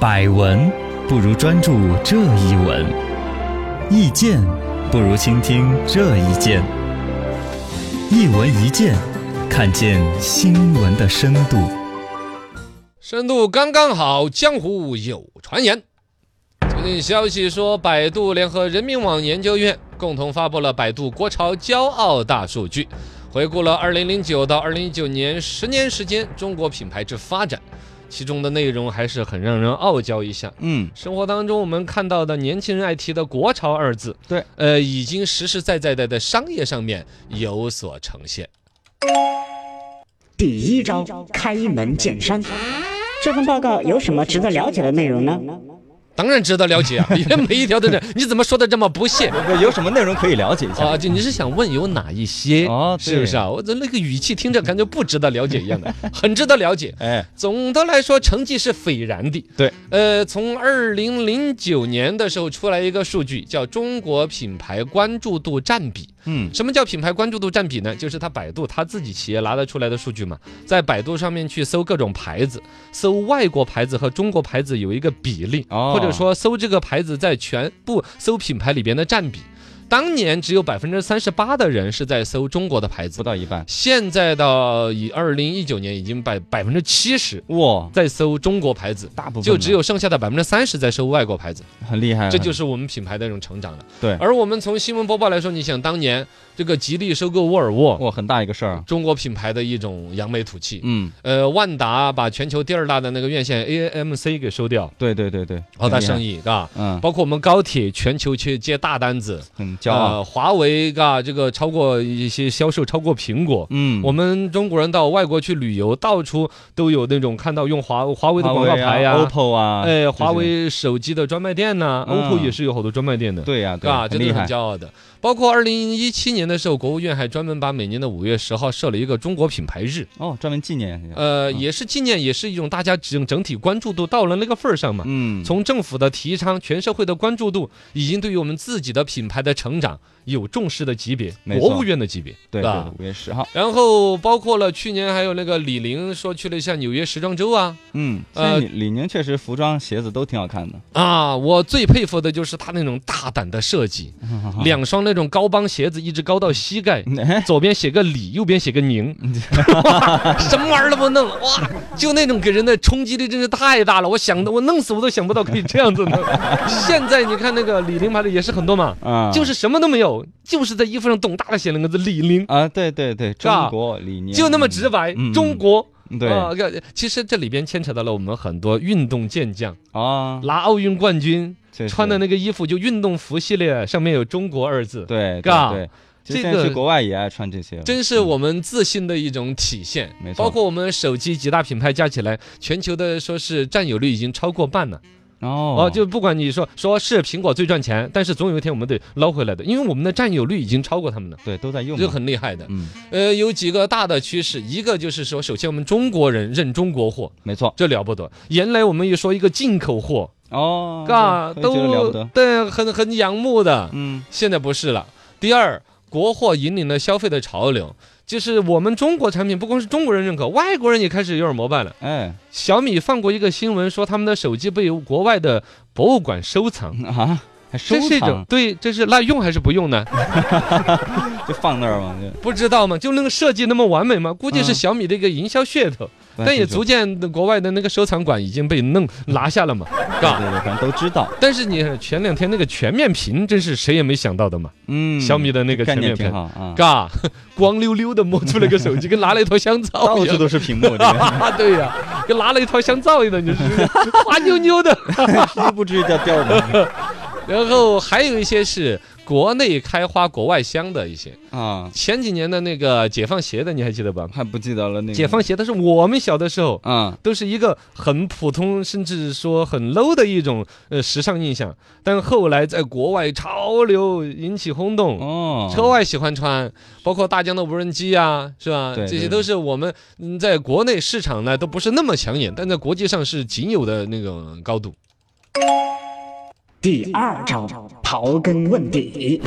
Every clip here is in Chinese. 百闻不如专注这一闻，意见不如倾听这一见。一闻一见，看见新闻的深度。深度刚刚好，江湖有传言。最近消息说，百度联合人民网研究院共同发布了《百度国潮骄傲大数据》，回顾了2009到2019年十年时间中国品牌之发展，其中的内容还是很让人傲娇一下。嗯，生活当中我们看到的年轻人爱提的“国潮”二字，对，呃，已经实实在在的在商业上面有所呈现。第一招开门见山。这份报告有什么值得了解的内容呢？当然值得了解啊，里面每一条都是，你怎么说的这么不屑？不有什么内容可以了解一下？啊，就你是想问有哪一些？哦对是不是啊？我的那个语气听着感觉不值得了解 一样的，很值得了解。哎，总的来说，成绩是斐然的。对，呃，从二零零九年的时候出来一个数据，叫中国品牌关注度占比。嗯，什么叫品牌关注度占比呢？就是它百度它自己企业拿得出来的数据嘛，在百度上面去搜各种牌子，搜外国牌子和中国牌子有一个比例，哦或者说搜这个牌子在全部搜品牌里边的占比。当年只有百分之三十八的人是在搜中国的牌不子，到一半。现在到以二零一九年已经百百分之七十哇，在搜中国牌子，大部分就只呢有剩下的百分之三十在搜外国牌子。很厉害了，这就是我们品牌的一种成长了。嗯对而我们从新闻播报来说，你想当年这个吉利收购沃尔沃，哇很大一个事儿啊。中国品牌的一种扬眉吐气。嗯，呃，万达把全球第二大的那个院线 AMC 给收掉，对对对对，好很哦大厉害生意，嘎。嗯，包括我们高铁全球去接大单子，很骄傲。呃，华为嘎这个超过一些销售超过苹果。嗯，我们中国人到外国去旅游，到处都有那种看到用华华为的华广告为牌啊呀、 ，OPPO 啊，哎，这华些为手机的专卖店呐、嗯 o p p o 也是有好多专卖店的，对呀，对，啊，很真的厉很害。骄傲的。包括二零一七年的时候，国务院还专门把每年的五月十号设了一个中国品牌日，哦，专门纪念。呃，也是纪念，也是一种大家整整体关注度到了那个份儿上嘛。嗯，从政府的提倡，全社会的关注度，已经对于我们自己的品牌的成长有重视的级别，没错国务院的级别，对对吧？对，五月十号。然后包括了去年还有那个李宁说去了一下纽约时装周啊，嗯，其实呃李李宁确实服装、鞋子都挺好看的。啊，我最佩服的就是他那种大胆的 设计，两双那种高帮鞋子，一直高到膝盖，哎， 左边写个李，右边写个宁，哇 什么玩意儿都不弄，哇，就那种给人的冲击力真是太大了。我想的，我弄死我都想不到可以这样子弄。 现在你看那个李宁牌的也是很多嘛，啊， 就是什么都没有，就是在衣服上董大大写两个字李宁，啊，对对对，中吧国李宁就那么直白嗯嗯，中国。嗯对啊其实这里边牵扯到了我们很多运动健将，啊，拿奥运冠军。确实穿的那个衣服就运动服系列，上面有中国二字，对嘎对对，其实这现在去个国外也爱穿这些了，真是我们自信的一种体现。没错包括我们手机几大品牌加起来，全球的说是占有率已经超过半了。哦哦，就不管你说说是苹果最赚钱，但是总有一天我们得捞回来的，因为我们的占有率已经超过他们了。对都在用嘛，就很厉害的，嗯，呃，有几个大的趋势，一个就是说，首先我们中国人认中国货，没错这了不得。原来我们一说一个进口货，哦，嘎，对会觉得了不都得，对，很很仰慕的。嗯，现在不是了。第二，国货引领了消费的潮流，就是我们中国产品不光是中国人认可，外国人也开始有点膜拜了。哎小米放过一个新闻，说他们的手机被国外的博物馆收藏。啊，还收这是一种藏对，这是那用还是不用呢？就放那儿嘛，就不知道嘛，就那个设计那么完美吗？估计是嗯小米的一个营销噱头，但也足对见国外的那个收藏馆已经被弄拿下了嘛，嘎。对，反正都知道，但是你前两天那个全面屏，真是谁也没想到的嘛，嗯， 小米的那个概全念面挺屏。好啊， 嘎，光溜溜的摸出了个手机，跟拿了一坨香到皂一处样。都是 屏幕，这个对呀、跟拿了一坨香皂一样，你是滑溜溜 的。是不知道掉的然后还有一些是国内开花国外香的一些，啊，前几年的那个解放鞋的你还记得吧？还不记得了那个解放鞋的是我们小的时候。啊，都是一个很普通，甚至说很 low 的一种呃时尚印象，但后来在国外潮流引起轰动，哦，车外喜欢穿，包括大疆的无人机啊，是吧？对这对些都是我们嗯在国内市场呢都不是那么抢眼，但在国际上是仅有的那种高度。第二招刨根问底，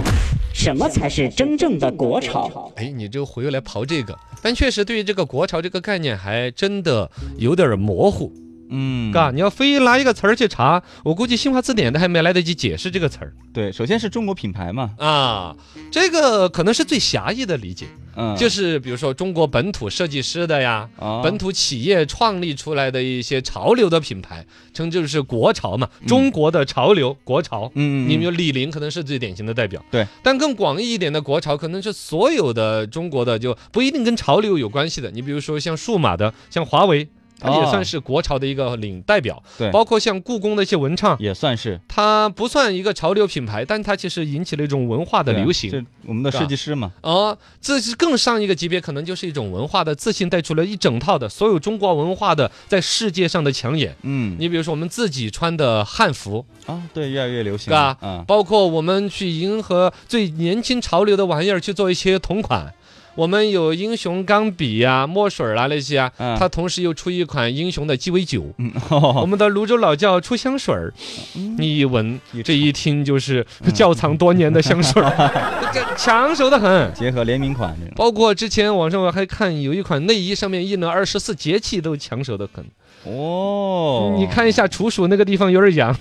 什么才是真正的国潮？哎，你就回来刨这个，但确实对于这个国潮这个概念还真的有点模糊。嗯，嘎，你要非拿一个词儿去查，我估计新华字典都还没来得及解释这个词儿对，首先是中国品牌嘛，啊。这个可能是最狭义的理解，嗯，就是是比如说中国本土设计师的呀，哦啊，本土企业创立出来的一些潮流的品牌，称之为是国潮嘛，中国的潮流国潮。嗯嗯，嗯，你们有李宁可能是最典型的代表，对。但更广义一点的国潮，可能是所有的中国的，就不一定跟潮流有关系的。你比如说像数码的，像华为，它也哦算是国潮的一个领代表。对包括像故宫的一些文创，也算是它不算一个潮流品牌，但它其实引起了一种文化的对啊流行。这我们的是设吧计师嘛，哦，这是更上一个级别，可能就是一种文化的自信，带出了一整套的所有中国文化的在世界上的抢眼。嗯，你比如说我们自己穿的汉服，啊，对，越来越流行是吧了，啊嗯，包括我们去迎合最年轻潮流的玩意儿去做一些同款。我们有英雄钢笔呀、墨水儿啊那些啊，嗯它同时又出一款英雄的鸡尾酒。嗯， 我哦，们的泸州老窖出香水儿，你一闻，这一听就是嗯窖藏多年的香水儿， 这 抢手的很。结合联名款这种，包括之前网上我还看有一款内衣，上面印了二十四节气，都抢手的很。哦，你看一下楚暑那个地方有点痒，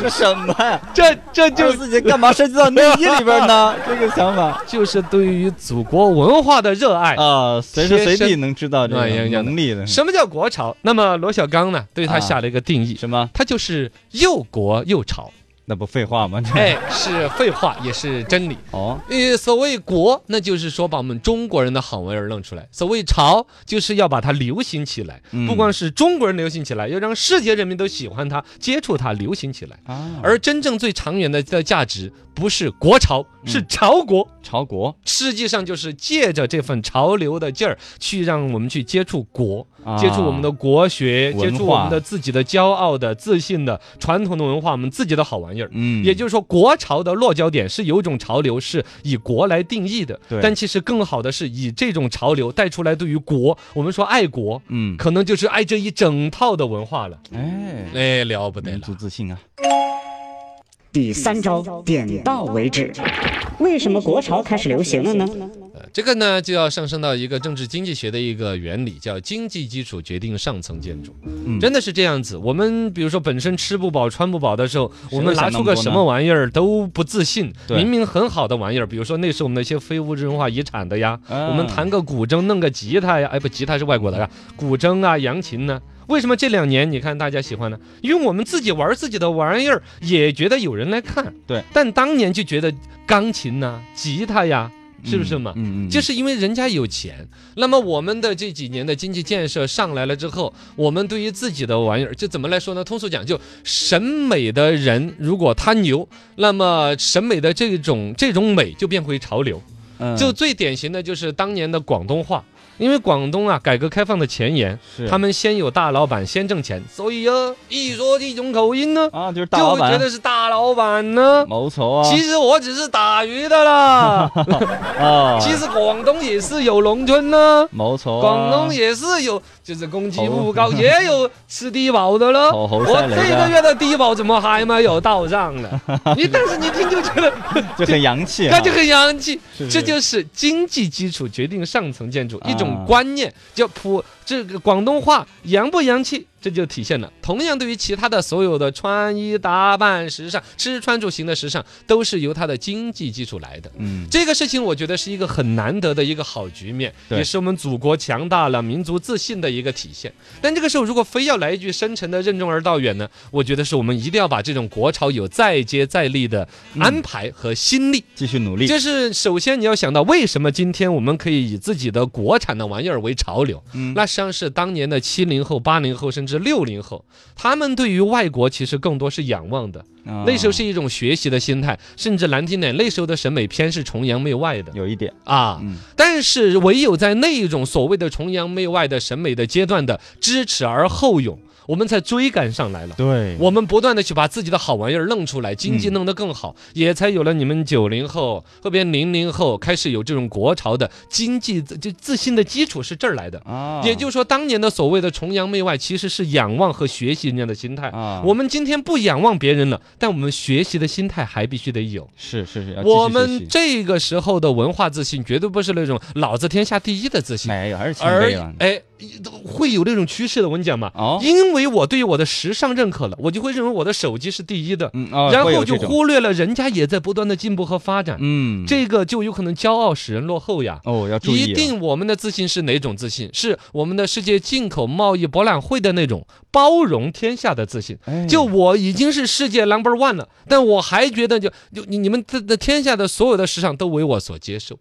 这什么呀？ 这这 就就是自己干嘛涉及到内衣里边 呢？这个想法就是对于祖国文化的热爱。啊，随时贴随地哎身哎能知道这暖洋个洋的能力的什么叫国潮？那么罗小刚呢，对他啊下了一个定义，什么？他就是又国又潮。那不废话吗？这 哎，是废话也是真理。哦，呃，所谓国，那就是说把我们中国人的好玩意儿弄出来；所谓潮，就是要把它流行起来，嗯不光是中国人流行起来，要让世界人民都喜欢它、接触它、流行起来。啊，而真正最长远的的价值，不是国潮，是嗯潮国。朝国实际上就是借着这份潮流的劲儿，去让我们去接触国，啊接触我们的国学，文化接触我们的自己的骄傲的、自信的传统的文化，我们自己的好玩意儿。嗯，也就是说，国潮的落脚点是有一种潮流是以国来定义的对，但其实更好的是以这种潮流带出来对于国，我们说爱国，嗯，可能就是爱这一整套的文化了。哎，哎，了不得民了。族自信啊，第三招，点到为止。为什么国潮开始流行了呢？呃这个呢，就要上升到一个政治经济学的一个原理，叫经济基础决定上层建筑。嗯真的是这样子。我们比如说本身吃不饱穿不饱的时候，谁我会们拿想那出么个多什呢么玩意儿都不自信。对明明很好的玩意儿，比如说那是我们的一些非物质文化遗产的呀，啊我们弹个古筝，弄个吉他呀，哎不，吉他是外国的呀，古筝啊，扬琴呢、为什么这两年你看大家喜欢呢？因为我们自己玩自己的玩意儿，也觉得有人来看。对，但当年就觉得钢琴呐、吉他呀，是不是嗯嘛？嗯嗯，就是因为人家有钱。那么我们的这几年的经济建设上来了之后，我们对于自己的玩意儿，就怎么来说呢？通俗讲，就审美的人如果他牛，那么审美的这种这种美就变回潮流。嗯就最典型的就是当年的广东话。因为广东啊，改革开放的前沿，是他们先有大老板，先挣钱，所以啊，一说这种口音呢，啊，就是大就老会觉板得是大老板呢。谋筹啊，其实我只是打鱼的啦，啊，其实广东也是有农村呢，谋筹啊，广东也是有，就是供给不高，也有吃低保的了。猴猴我赛雷的这个月的低保怎么还没有到账呢？你但是你听就觉得，就很洋气啊，那就很洋气。是这就是经济基础决定上层建筑啊一种观念，叫普这个广东话洋不洋气，这就体现了。同样，对于其他的所有的穿衣打扮、时尚、吃穿住行的时尚，都是由它的经济基础来的。嗯这个事情，我觉得是一个很难得的一个好局面，对也是我们祖国强大了、民族自信的一个体现。但这个时候，如果非要来一句深沉的“任重而道远”呢，我觉得是我们一定要把这种国潮有再接再厉的安排和心力。继续努力，就是首先你要想到，为什么今天我们可以以自己的国产的玩意儿为潮流？嗯那实际上是当年的七零后、八零后，甚至六零后，他们对于外国其实更多是仰望的。啊那时候是一种学习的心态，甚至难听点，那时候的审美偏是崇洋媚外的有一点，啊。嗯但是唯有在那一种所谓的崇洋媚外的审美的阶段的知耻而后勇，我们才追赶上来了。对我们不断的去把自己的好玩意儿弄出来，经济嗯弄得更好，也才有了你们九零后，后边零零后开始有这种国潮的经济自就自信的基础是这儿来的。啊，也就是说，当年的所谓的崇洋媚外，其实是仰望和学习人家的心态。啊，我们今天不仰望别人了，但我们学习的心态还必须得有。是是是，要继续我学们习这个时候的文化自信，绝对不是那种老子天下第一的自信，没有，还是前而辈了，哎，会有这种趋势的。我跟你讲嘛，哦因为我对我的时尚认可了，我就会认为我的手机是第一的，嗯哦然会有后就这种忽略了人家也在不断的进步和发展，嗯，这个就有可能骄傲使人落后呀。哦要注意一了定，我们的自信是哪种自信？是我们的世界进口贸易博览会的那种包容天下的自信。哎就我已经是世界 number one 了，但我还觉得就就你你们的的天下的所有的市场都为我所接受。